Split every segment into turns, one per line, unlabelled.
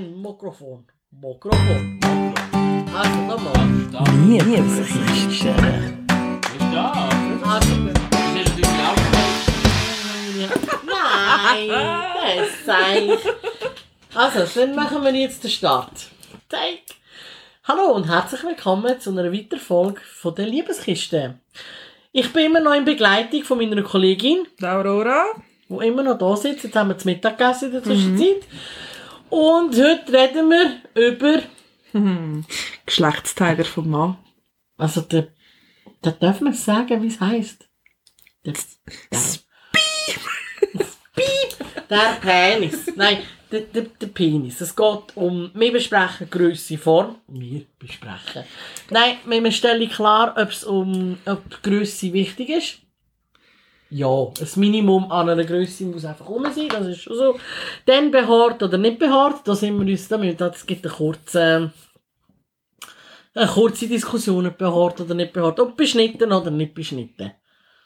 Mikrofon. Mikrofon. Also nochmal.
Mir ist es nicht schwer.
Also, nein, das sei ich. Also, dann machen wir jetzt den Start. Take. Hallo und herzlich willkommen zu einer weiteren Folge von der Liebeskiste. Ich bin immer noch in Begleitung von meiner Kollegin,
Aurora?
die immer noch da sitzt. Jetzt haben wir zu Mittag gegessen in der Zwischenzeit. Und heute reden wir über...
Geschlechtsteile vom Mann.
Also, der, da darf man sagen, wie es heisst. Der, der, der Penis. Nein, der, der, der Penis. Es geht um, wir besprechen Größe, Form. Wir besprechen. Nein, wir stellen klar, ob's um, ob Größe wichtig ist. Ja, ein Minimum an einer Größe muss einfach rum sein, das ist schon so. Dann behaart oder nicht behaart, da sind wir uns damit. Es gibt einen kurzen eine kurze Diskussion, ob behaart oder nicht behaart, ob beschnitten oder nicht beschnitten.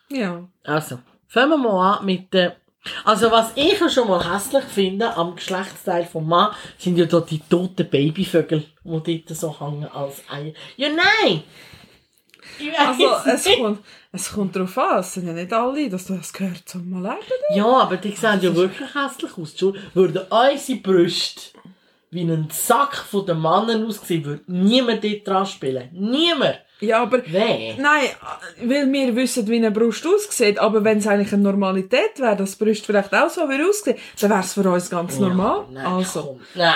Ja.
Also, fangen wir mal an mit der... Also, was ich ja schon mal hässlich finde am Geschlechtsteil vom Mann, sind ja da die toten Babyvögel, die dort so hängen als Eier. Ja, nein! Ich weiss
Also, es
nicht.
kommt, es kommt darauf an, es sind ja nicht alle, dass du das gehört zum Mal leben.
Ja, aber die sehen ja wirklich hässlich aus. Schon würden unsere Brüste wie ein Sack von den Männern aussehen, würde niemand dort dran spielen. Niemand!
Ja, aber...
Weh!
Nein, weil wir wissen, wie eine Brust aussieht, aber wenn es eigentlich eine Normalität wäre, dass die Brust vielleicht auch so würde aussehen, dann wäre es für uns ganz normal.
Ja, nein,
also.
komm, nein,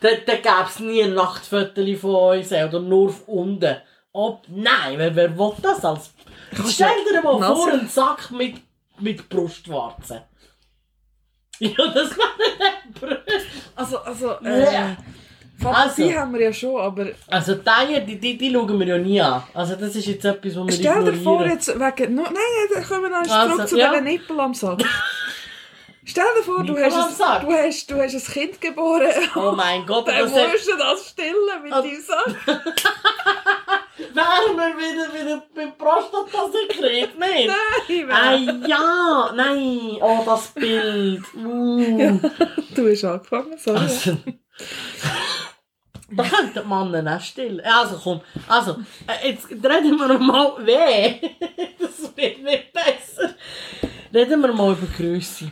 da, da gäbe es nie ein Nachtfoto von uns äh, oder nur von unten. Ob, nein, wer, wer will das als...
Kannst
Stell
du-
dir mal
Nase-
vor, einen Sack mit, mit Brustwarzen. Ja, das wäre eine Brust.
Also, also, äh,
Ja.
Fantasie
Also.
haben wir ja schon, aber
Also die Eier, die, die, die schauen wir ja nie an. Also das ist jetzt etwas, was wir
stell dir vor,
ignorieren.
jetzt wegen, no, nein, nein, dann kommen wir noch zurück
Also,
zu
ja.
diesen Nippel am Sack. stell dir vor, du
Nippel am
hast,
Sack.
ein, du, hast, du hast ein Kind geboren
Oh mein Gott,
dann
das ist... Wären
musst du das stillen mit
Ah.
deinem Sack.
wir wieder, wieder beim Prostata-Sekret, nicht?
Nein,
Ah
nein.
ja, nein, oh das Bild. Uh.
Du hast angefangen, sorry.
Also, da könnten die Männer auch still. Also komm, also, äh, jetzt reden wir mal, weh, das wird nicht besser. Reden wir mal über Grösse.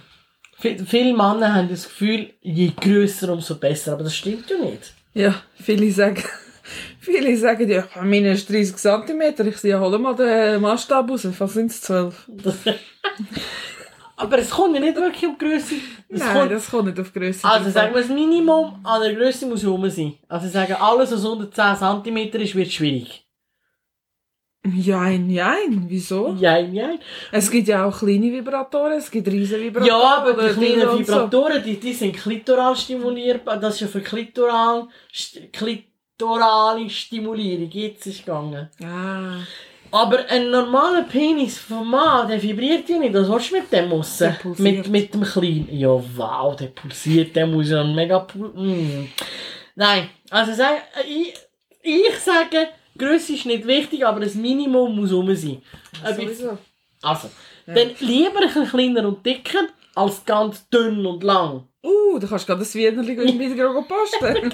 Vi- Viele Männer haben das Gefühl, je grösser, umso besser. Aber das stimmt ja nicht.
Ja, viele sagen, viele sagen, ja, meine ist 30 cm. Ich sage, hol mal den Maßstab raus, was sind es 12?
Das, aber es kommt ja nicht wirklich um Grösse. Es
Nein,
kommt-
das kommt nicht auf Größe.
Also sagen wir, das Minimum an der Größe muss rum sein. Also sagen, alles was unter 10 cm ist, wird schwierig.
Jein, jein, wieso?
Jein, jein.
Es gibt ja auch kleine Vibratoren, es gibt riesige Vibratoren.
Ja, aber
oder
die kleinen
und so.
Vibratoren, die, die sind klitoral stimulierbar. Das ist ja für klitoral, st klitorale Stimulierung. Jetzt ist es gegangen.
Ah,
Aber ein normaler Penis vom Mann, der vibriert ja nicht. Was willst du mit dem aussen?
Der pulsiert.
Mit, mit dem Kleinen. Ja, wow, der pulsiert, der muss ja ein mega pul mm. Nein, also sag, ich, ich sage, Größe ist nicht wichtig, aber das Minimum muss rum sein. Ob jetzt-
sowieso.
also, dann lieber ein bisschen kleiner und dicker als ganz dünn und lang.
Uh, da kannst du gerade das Wienerli im Hintergrund posten.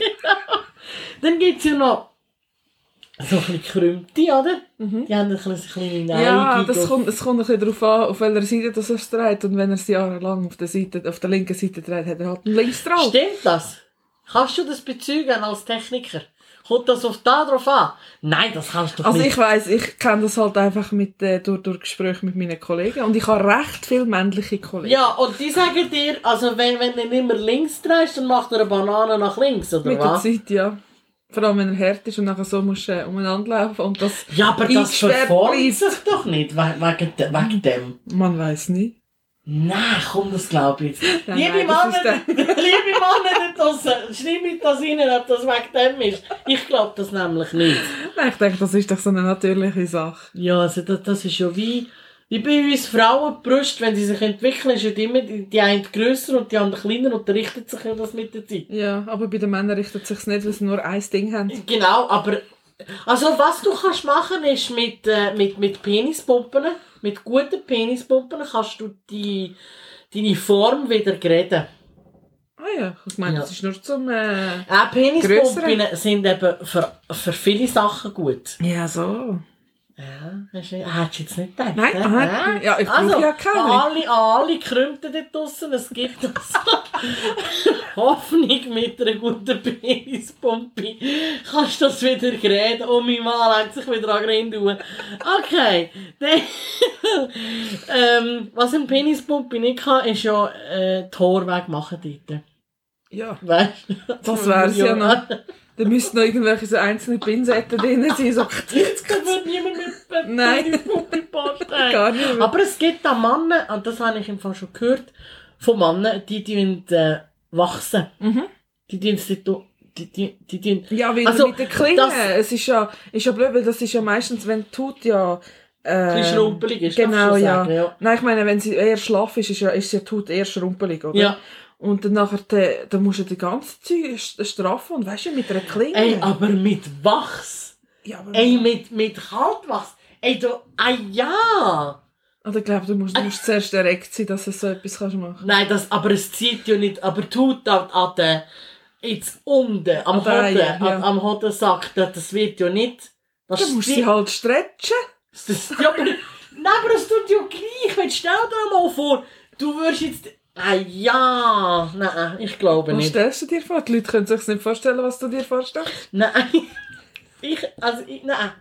Dann gibt's ja noch so ein bisschen krümmte, oder?
Mhm.
Die haben ein bisschen eine kleine Neigung.
ja, das
auf-
kommt, es kommt ein bisschen darauf an, auf welcher Seite das er es dreht. Und wenn er es jahrelang auf der, Seite, auf der linken Seite dreht, hat er halt einen Linksstrahl.
Stimmt das? Kannst du das bezeugen als Techniker? Kommt das auf da drauf an? Nein, das kannst du
Also
nicht.
ich weiß, ich kenne das halt einfach mit, äh, durch, durch Gespräche mit meinen Kollegen und ich habe recht viele männliche Kollegen.
Ja, und die sagen dir, also wenn, wenn du immer links drehst, dann macht er eine Banane nach links, oder
mit der
was?
Zeit, ja. Vor allem, wenn er hart ist und nachher so musst du äh, umeinander laufen und das...
Ja, aber das
eingesperrt
verformt
bleibt.
sich doch nicht we wegen, de- wegen dem.
Man weiß nie.
Nein, komm, das glaube ich jetzt.
Nein,
liebe
nein,
Männer,
das ist
liebe Männer da draussen, schreib mir das rein, ob das wegen dem ist. Ich glaube das nämlich nicht.
Nein, ich denke, das ist doch so eine natürliche Sache.
Ja, also das, das ist ja wie, wie bei uns Frauen, die Brust, wenn sie sich entwickeln, ist ja immer die, die eine grösser und die andere kleiner und dann richtet sich ja das mit der Zeit.
Ja, aber bei den Männern richtet sich nicht, weil sie nur ein Ding haben.
Genau, aber also was du kannst machen ist mit, äh, mit, mit Penispumpen, mit guten Penispumpen kannst du die, deine Form wieder gereden.
Ah ja, ich meine,
Ja.
das ist nur zum... Äh...
Auch
Grössere.
Penispumpen sind eben für, für viele Sachen gut.
Ja, so.
Ja, hast du ah, hättest du jetzt nicht gedacht.
Nein,
hä?
aha.
Hä?
Ja, ich brauche
also,
ja keine.
Alle, alle krümmten dort draussen, es gibt das. Hoffnung mit einer guten Penispumpe. Kannst du das wieder reden? Oh, mein Mann hat sich wieder an tun. Okay. Dann- ähm, was ein Penispumpe nicht kann, ist ja äh, Tor wegmachen dort.
Ja.
Weißt du?
Das wär's ja noch. Da müssten noch irgendwelche so einzelne Pinsetten drin sein. So.
Jetzt wird niemand mit Pe-
Nein.
Penispumpe posten.
Gar nicht mehr.
Aber es gibt auch Männer, und das habe ich im Fall schon gehört, von Männern, die tun, äh, wachsen.
Mhm.
Die tun es nicht, do- die, die, die tun,
Ja, weil
Also,
mit den Klingen.
das-
Es ist ja, ist ja blöd, weil das ist ja meistens, wenn die Haut ja...
ein
Äh,
bisschen schrumpelig ist, darf
genau,
ich schon
ja.
sagen, ja.
Nein, ich meine, wenn sie eher schlaff ist, ist, ja, ist sie die Haut eher schrumpelig, oder?
Ja.
Und dann nachher, dann, dann musst du die ganze Zeug st- straffen und weißt du, mit einer Klinge.
Ey, aber mit Wachs.
ja, aber,
Ey, mit, mit Kaltwachs. Ey, du, ah ja.
Oder Also, ich glaube, du musst, du musst zuerst erregt sein, dass du so etwas kannst machen
Nein, das, aber es zieht ja nicht, aber tut halt an den, jetzt unten, am
An den
Hoden,
Eiern, Ah, ja.
an- am Hodensack, das das wird ja nicht, das
kannst. Du musst
zieht-
sie halt stretchen.
Das, ja, aber, nein, aber es tut ja gleich. Wenn stell dir mal vor, du würdest jetzt. Ah ja, nein, ich glaube
Was
nicht.
stellst du dir vor? Die Leute können sich nicht vorstellen, was du dir vorstellst.
Nein, ich, also ich, nein.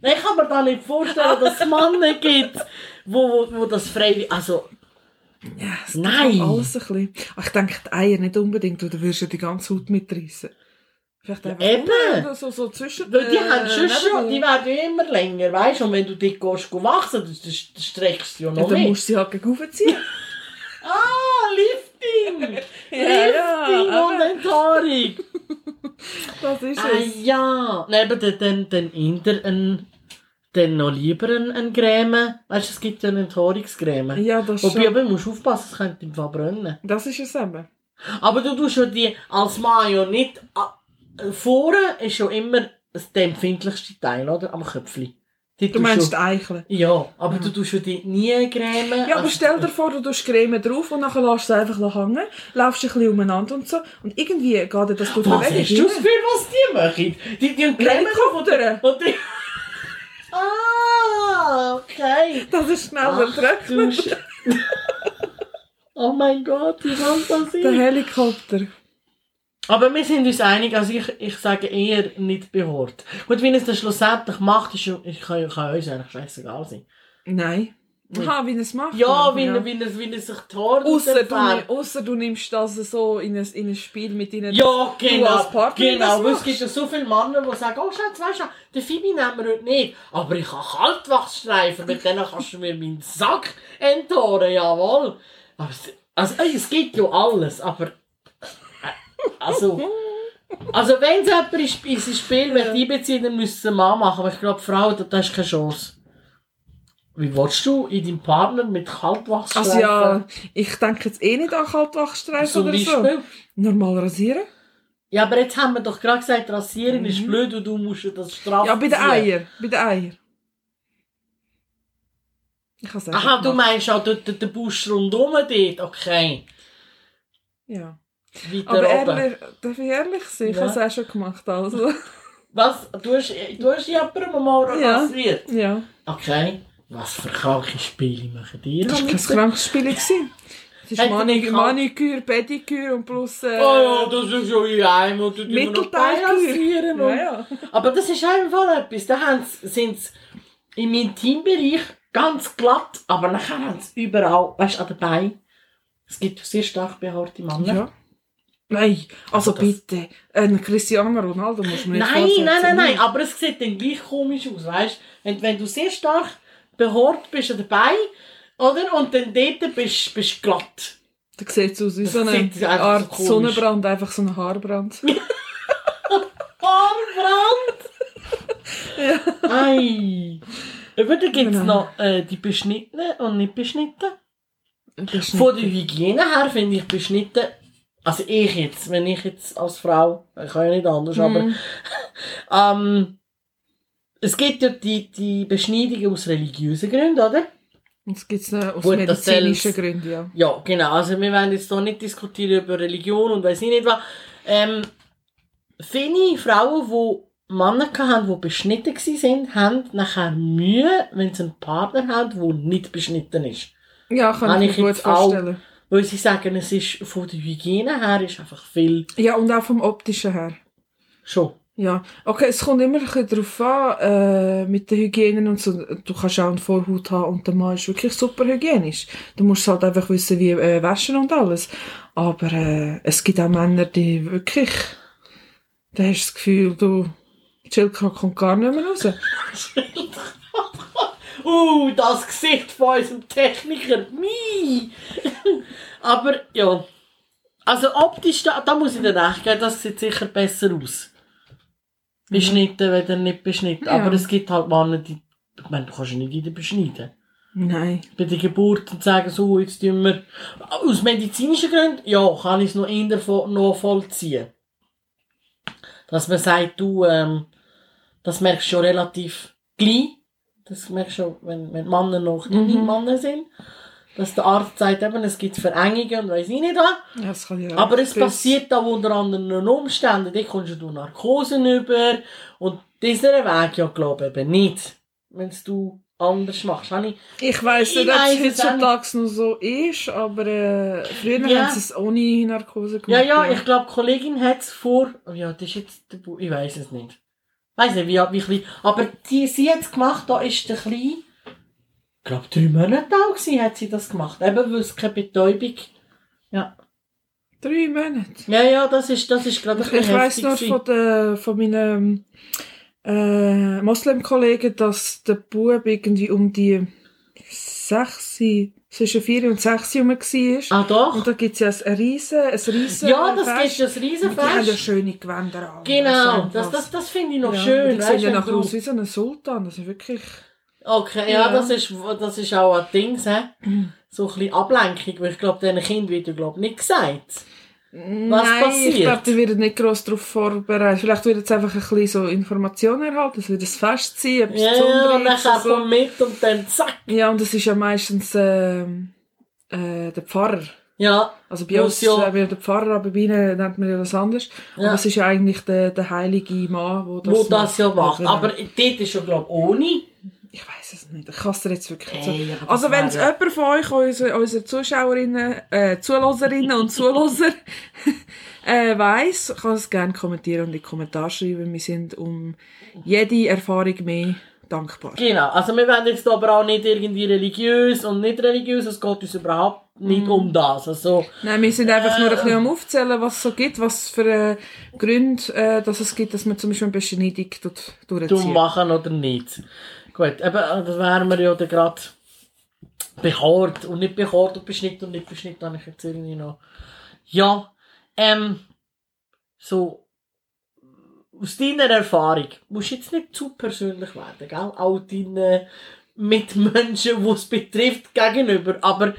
Nein, ich kann mir da nicht vorstellen, dass es Männer gibt, wo, wo, wo das freiwillig, also,
Ja, es gibt
Nein.
Alles ein bisschen. Aber ich denke, die Eier nicht unbedingt, weil du würdest ja die ganze Haut mitreißen. Vielleicht einfach
eben.
unten oder so, so zwischen äh,
weil die
den
haben schon schon, die
Nägeln.
werden ja immer länger, weißt du, und wenn du dich gehst, go wachsen, das, das, das streckst du ja
Ja,
noch
dann
mehr.
musst du sie halt gegen hochziehen.
Ah, Lifting! Lifting und
aber
Enthaarung!
das ist
Ah,
es.
ja, nee, aber dann, dann, dann Inder ein, dann noch lieber ein, ein Creme. Weißt du, es gibt ja eine Enthaarungscreme.
Ja, das
Wobei,
schon.
aber du musst aufpassen, es könnte im Fall brennen.
Das ist es eben.
Aber du tust ja die als Mayo nicht... a- Vorne ist ja immer das der empfindlichste Teil, oder? Am Köpfli. Die
Du
tust
meinst die
ja,
Eicheln.
Ja, aber du tust ja die nie Creme.
Ja, aber
also-
stell dir vor, du tust Creme drauf und dann lässt du es einfach hängen, läufst ein bisschen umeinander und so. Und irgendwie geht dir das durch
Was hast du das Gefühl, was die machen? Die tun Creme drauf
Helikopter!
und... die- Ah, okay.
Das ist schneller
Ach,
Dreck.
du Sch- Oh mein Gott, wie kann das
Der
sein?
Helikopter.
Aber wir sind uns einig, also ich, ich sage eher nicht behaart. Gut, wenn es dann schlussendlich macht, ist, ja- ich kann, kann uns eigentlich scheißegal sein.
Nein. Aha, wie er es macht.
Ja, wenn, wenn, es, wenn es sich die Haare
Ausser du,
rausfärbt.
ausser du nimmst das so in ein, in ein Spiel mit deinen...
Ja, genau.
als Partnerin
genau,
das
weil es
machst.
gibt ja so viele Männer, die sagen, oh Schatz, weißt du, den Fibi nehmen wir heute nicht. Aber ich habe Kaltwachsstreifen, mit denen kannst du mir meinen Sack enttoren, jawohl. Aber es, also, ey, es gibt ja alles, aber... Äh, also... Also wenn es jemand ins ins Spiel ja. einbeziehen dann müsste es ein Mann machen. Aber ich glaube, Frau, da da hast du keine Chance. Wie willst du in deinem Partner mit Kaltwachsstreifen...
Also ja, ich denke jetzt eh nicht an Kaltwachstreifen
zum
oder
Beispiel...
so. Normal rasieren.
Ja, aber jetzt haben wir doch gerade gesagt, rasieren ist blöd und du musst ja das strafen.
Mhm. Ja, bei den
ziehen.
Eiern. Bei den Eiern. Ich kann sagen.
Aha, du meinst auch den, den den Busch rundum dort, okay.
Ja. Ah,
Weiter
Aber
oben.
ehrlich, darf ich ehrlich sein? Ich
Ja.
habe es auch schon gemacht. Also.
Was? Du hast, du hast jemandem mal
Ja.
rasiert?
Ja.
Okay. Was für kranke Spiele machen die?
Das war kein krankes Spiel. gewesen. Es
Hat
war
er nicht
Manik
gehabt?
Maniküre, Pediküre und plus äh,
Oh ja, das ist ja in einem und du
Mittelteilküre.
rasieren.
Ja,
und-
ja.
Aber das ist einfach etwas. Da haben sie- sind sie im Intimbereich ganz glatt, aber nachher haben sie überall, weißt du, an den Beinen. Es gibt ja sehr stark behaarte Männer.
ja. Nein, also
Das-
bitte. Ein Cristiano Ronaldo muss man nicht
Nein, nein, nein, nein,
Aber
aber es sieht dann gleich komisch aus, weißt wenn, wenn du sehr stark behaart bist an den Beinen, oder? Und dann dort bist bist du glatt.
da sieht es aus wie
Das
so eine
sieht einfach so
Art
komisch.
Sonnenbrand, einfach so ein Haarbrand.
Armbrand! ja. Ei. Aber dann gibt es
Genau.
noch äh, die beschnittenen und nicht beschnittenen.
Das ist
Von der Hygiene her finde ich beschnitten, also ich jetzt, wenn ich jetzt als Frau, ich kann ja nicht anders,
Mhm.
aber ähm, es gibt ja die, die Beschneidungen aus religiösen Gründen, oder?
Das gibt es aus
Gut, das
medizinischen
soll's-
Gründen, ja.
Ja, genau. Also wir wollen jetzt hier nicht diskutieren über Religion und weiß ich nicht was. Ähm, viele Frauen, die Männer hatten, die beschnitten waren, haben nachher Mühe, wenn sie einen Partner haben, der nicht beschnitten ist.
Ja, kann,
Habe
ich
ich
mir gut
jetzt auch-
vorstellen.
Weil sie sagen, es ist von der Hygiene her ist einfach viel
Ja, und auch vom optischen her.
schon.
Ja, okay, es kommt immer ein bisschen darauf an, äh, mit der Hygiene und so. Du kannst auch eine Vorhaut haben und der Mann ist wirklich super hygienisch. Du musst halt einfach wissen, wie äh, waschen und alles. Aber äh, es gibt auch Männer, die wirklich, da hast du das Gefühl, du, Chilka kommt gar nicht mehr raus.
Uh, das Gesicht von unserem Techniker. Mii. Aber ja. Also optisch, da, da muss ich dir recht geben, das sieht sicher besser aus. Beschnitten, wenn er nicht beschnitten.
Ja.
Aber es gibt halt Männer, die. Ich meine, du kannst ja nicht jeden beschneiden.
Nein.
Bei der Geburt und sagen, so, jetzt tun wir. Aus medizinischen Gründen, ja, kann ich es noch eher vo- nachvollziehen. Dass man sagt, du, ähm, das merkst du schon relativ gleich. Das merkst du schon, wenn, wenn die Männer noch kleine
Mhm.
Männer sind. Dass der Arzt sagt, eben, es gibt Verengungen und weiss ich nicht was.
Ja, das kann ich auch.
Aber es
Bis-
passiert auch unter anderen Umständen. Dort kommst du durch Narkosen über. Und diesen Weg, ja, glaube ich, eben nicht. Wenn es du anders machst. Habe ich
Ich weiss
Ich
nicht, ob
weiss
es
es auch
heutzutage noch so ist, aber äh, früher
Ja.
haben sie es ohne Narkose
Ja,
gemacht.
ja, ich glaube, die Kollegin hat es vor. Oh ja, das ist jetzt der Bu Ich weiß es nicht. Weiß nicht, wie, wie klein. Aber die, sie hat es gemacht, da ist der Kleine. Ich glaube, drei Monate alt gewesen, hat sie das gemacht. Eben, weil es keine Betäubung.
Drei Monate.
Ja, ja, das ist, das ist gerade ein
Ich,
bisschen
ich weiss
heftig.
nur
gewesen.
von, der, von meinen äh, Moslem-Kollegen, dass der Bub irgendwie um die sechs, zwischen vier und sechs herum war.
Ah,
Und
doch?
da gibt es ja ein riesen, ein riesen
Ja, das
Fest.
ist ein
Und Die haben ja
Riesenfest.
schöne Gewänder an.
Genau,
Also,
das, das, das finde ich noch
ja,
schön.
Die sehen
weisst
ja
du,
nachher
du-
aus wie so ein Sultan. Das ist wirklich...
Okay, ja,
Ja.
Das, ist, das ist auch ein Ding, hä? so ein bisschen Ablenkung, weil ich glaube, diesen Kind wird ja, glaube nicht gesagt.
Was Nein,
passiert?
ich glaube, die werden nicht gross darauf vorbereitet. Vielleicht wird jetzt einfach ein bisschen so Informationen erhalten. Es wird ein Fest sein, etwas
Ja, ja, und
Besonderes.
dann
und so.
kommt mit und dann zack.
Ja, und es ist ja meistens ähm, äh, der Pfarrer.
Ja,
Also bei
Muss
uns
ja-
äh, wir der Pfarrer, aber bei ihnen nennt man ja das anders.
Ja.
Aber es ist ja eigentlich der, der heilige Mann, wo das
wo das ja macht.
genau.
Aber dort ist ja, glaube ich, ohne.
ich weiß es nicht. Ich kann es dir jetzt wirklich nicht
Ey, aber
sagen.
das
Also wenn es
wäre-
jemand von euch, unsere, unsere Zuschauerinnen, äh, Zuloserinnen und Zuloser äh, weiss, kann es gerne kommentieren und in die Kommentare schreiben. Wir sind um jede Erfahrung mehr dankbar.
Genau, also wir werden jetzt aber auch nicht irgendwie religiös und nicht religiös. Es geht uns überhaupt nicht um das. Also,
Nein, wir sind einfach nur ein
Äh.
bisschen am Aufzählen, was es so gibt, was für äh, Gründe äh, dass es gibt, dass man zum Beispiel eine Beschneidung tut-
du
durchzieht.
machen oder nicht. Gut, eben, äh, das wären wir ja dann gerade behaart und nicht behaart und beschnitten und nicht beschnitten, habe ich jetzt irgendwie noch. Ja, ähm, so, aus deiner Erfahrung, musst jetzt nicht zu persönlich werden, gell? Auch deinen Mitmenschen, die es betrifft, gegenüber. Aber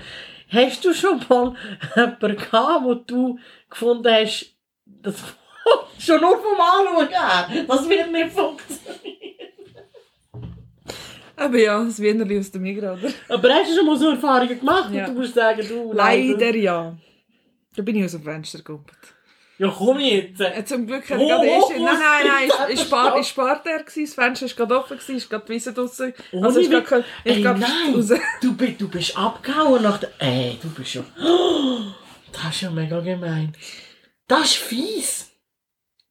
hast du schon mal jemanden gehabt, wo du gefunden hast, das schon nur vom Anschauen her, das wird nicht funktionieren.
Aber ja, das Wienerli aus dem Migros, oder?
Aber hast du schon mal so Erfahrungen gemacht
Ja.
und du musst sagen, du,
Leider ja. Da bin ich aus dem Fenster gegumpelt.
Ja, komm jetzt.
Äh, zum Glück hat
Oh,
er gerade erst...
oh,
Nein,
was
nein, nein,
ist das?
ich spart ich spart er gewesen, das Fenster war gerade offen, gewesen, ist gerade die Wiese draussen.
Ohne
Also ich
Witz.
gerade...
Ey,
Ich gerade
nein.
raus.
Du, bi- du bist abgehauen nach der... Ey, du bist ja... Das ist ja mega gemein. Das ist fies.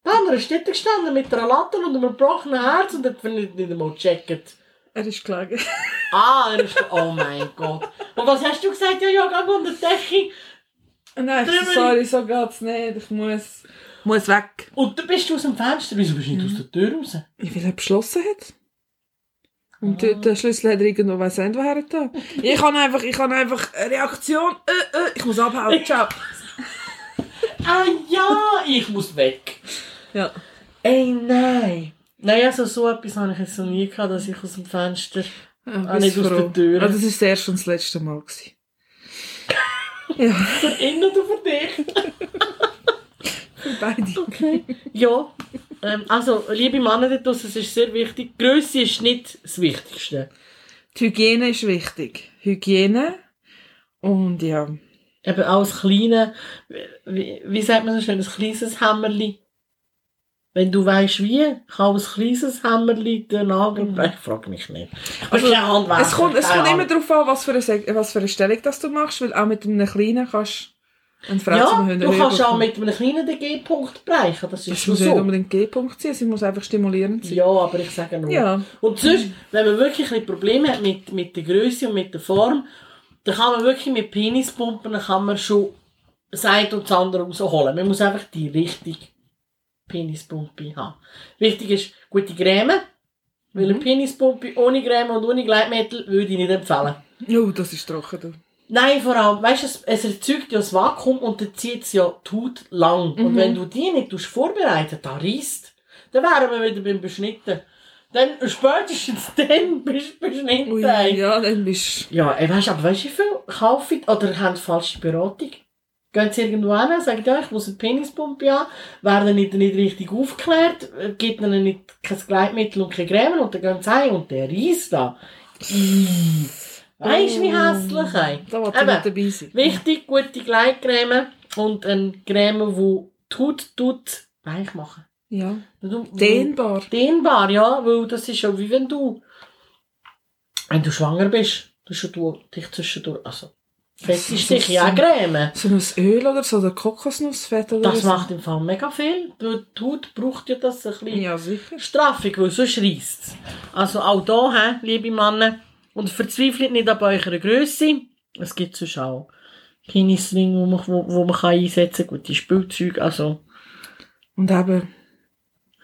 Da haben wir steht er gestanden mit einer Latte und einem gebrochenen Herz und hat nicht, nicht einmal gecheckt.
Er ist gelegen.
Ah, er ist... Oh mein Gott. Und was hast du gesagt? Ja, ja, geh unter die Decke.
Nein, ich so, sorry, so geht's nicht. Ich muss... Muss weg.
Und dann bist du aus dem Fenster. Wieso bist du nicht aus der Tür raus?
Ja, weil er beschlossen hat.
Ah.
Und der- der Schlüssel hat er irgendwo weiss nicht woher getan. Ich habe einfach, ich habe einfach eine Reaktion. Äh, äh, ich muss abhauen. Ciao.
Ah ja, ich muss weg.
Ja.
Ey, nein. Nein, also so etwas habe ich jetzt noch nie gehabt, dass ich aus dem Fenster...
Ah,
Ah, nicht aus der Tür.
Ah, das war das erste und das letzte Mal. Gewesen. ja,
Für ihn oder für dich?
für beide.
Okay. Ja, ähm, also liebe Männer da draussen, es ist sehr wichtig. Größe ist nicht das Wichtigste.
Die Hygiene ist wichtig. Hygiene und ja.
Eben als kleine, wie, wie sagt man so schön, ein kleines Hämmerli. Wenn du weißt wie, kann ein kleines Hämmerli den Nagel brechen. Ich frage mich nicht. Ich bin kein Handwerker.
Mhm. Also, Es kommt, es
keine
kommt immer
Ahnung.
darauf an, was für, eine, Se- was für eine Stellung das du machst, weil auch mit einem Kleinen kannst eine Frau
Ja,
zum Hühner
du kannst auch mit einem kleinen den G-Punkt brechen. Das ist
Es
schon
muss nicht
so.
unbedingt G-Punkt sein, sie muss einfach stimulierend sein.
Ja, aber ich sage nur.
Ja.
Und sonst, wenn man wirklich ein bisschen Probleme hat mit, mit der Größe und mit der Form, dann kann man wirklich mit Penispumpen dann kann man schon das eine und das andere rausholen. Man muss einfach die richtige Penispumpe haben. Wichtig ist gute Creme, weil eine Penispumpe ohne Creme und ohne Gleitmittel würde ich nicht empfehlen.
Ja, Oh, das ist trocken. Du.
Nein, vor allem, weißt du, es, es erzeugt ja das Vakuum und dann zieht es ja die Haut lang.
Mhm.
Und wenn du die nicht tust vorbereiten, dann reisst. Dann wären wir wieder beim Beschnitten. Dann, spätestens dann bist du beschnitten.
Ui,
ja,
ja, dann bist
ja ey, weißt du, aber weißt du, wie viel kaufen oder haben falsche Beratung? Gehen sie irgendwo hin, sagen, ja, ich muss eine Penispumpe haben, werden nicht, nicht richtig aufgeklärt, äh, gibt ihnen nicht kein Gleitmittel und keine Creme und dann gehen sie heim und der reisst da. Weißt du, wie hässlich, ey?
Da wollte ich
Eben.
nicht dabei sein.
Wichtig, gute Gleitcreme und eine Creme, die die Haut tut, weich machen.
Ja.
Du-
Dehnbar.
Dehnbar, ja, weil das ist ja wie wenn du, wenn du schwanger bist, tust du dich zwischendurch, also, fettest dich ja Creme.
So ein Öl oder so, oder Kokosnussfett oder
Das
so.
macht im Fall mega viel, weil die Haut braucht ja das ein bisschen.
Ja, sicher.
Straffung, weil sonst reisst es. Also auch da, he, liebe Männer, und verzweifelt nicht an eurer Grösse. Es gibt sonst auch Penisringe, wo man, wo, wo man kann einsetzen kann, gute Spielzeuge, also
Und eben,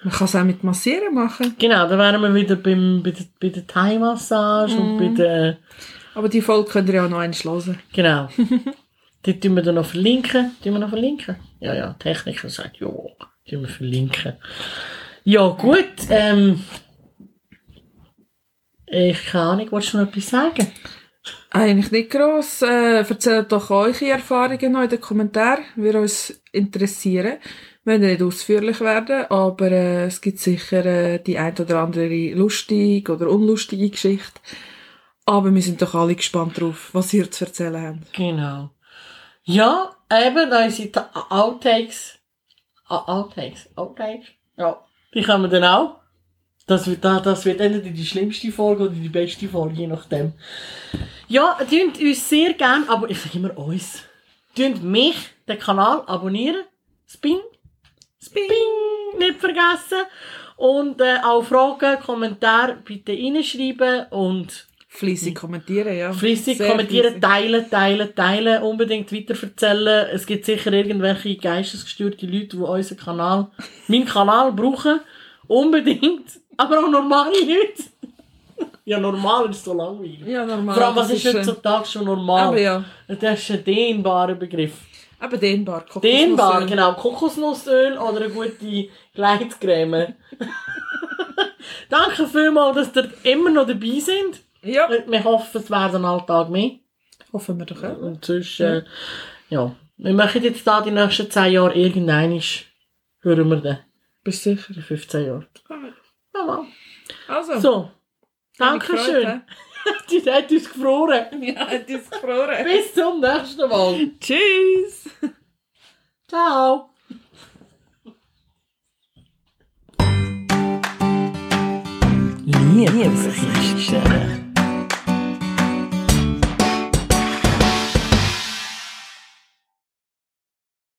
man kann es auch mit Massieren machen.
genau, da wären wir wieder beim, bei der, bei der Thai-Massage und bei der,
Aber die Folge könnt ihr ja auch noch einschlossen.
genau. Die tun wir dann noch verlinken. Tun wir noch verlinken? Ja, ja, die Techniker sagt, ja, tun wir verlinken. Ja, gut, ähm, ich keine Ahnung, wolltest du noch etwas sagen?
Eigentlich nicht gross. Äh, erzählt doch eure Erfahrungen noch in den Kommentaren. Würde uns interessieren. Wir werden nicht ausführlich werden, aber äh, es gibt sicher äh, die ein oder andere lustige oder unlustige Geschichte. Aber wir sind doch alle gespannt drauf, was ihr zu erzählen habt.
Genau. Ja, eben, da sind die Outtakes. Ah, Outtakes, Outtakes. Ja, die können wir dann auch. Das wird, da- das wird entweder die schlimmste Folge oder die beste Folge, je nachdem. Ja, dünnt uns sehr gern, aber ich sage immer uns. Dünnt mich, den Kanal, abonnieren. Spin. Spin. Nicht vergessen. Und äh, auch Fragen, Kommentare bitte reinschreiben und
Fließig kommentieren, ja.
Flüssig
Sehr
Hm. kommentieren,
fleissig.
teilen, teilen, teilen, unbedingt weiterverzählen. Es gibt sicher irgendwelche geistesgestörte Leute, die unseren Kanal, meinen Kanal brauchen. Unbedingt. Aber auch normale Leute. Ja, normal ist so langweilig.
Ja, normal.
Vor allem, was
das
ist
äh,
heutzutage schon normal?
Aber ja,
Das ist ein dehnbarer Begriff.
eben dehnbar. Kokosnussöl.
Dehnbar, genau. Kokosnussöl oder eine gute Gleitcreme. Danke vielmals, dass ihr immer noch dabei sind.
Ja,
Wir hoffen, es werden Alltag mehr.
hoffen wir doch auch.
Und sonst, äh, ja. Wir machen jetzt da die nächsten 10 Jahre irgendein hören wir den.
Bist sicher.
In 15 Jahren. Ja, Mann.
Also,
So.
hat mich gefreut,
Dankeschön. Die hat uns gefroren.
hä? Ja, hat uns gefroren.
Bis zum nächsten Mal.
Tschüss.
Ciao. Liebesgeschichte.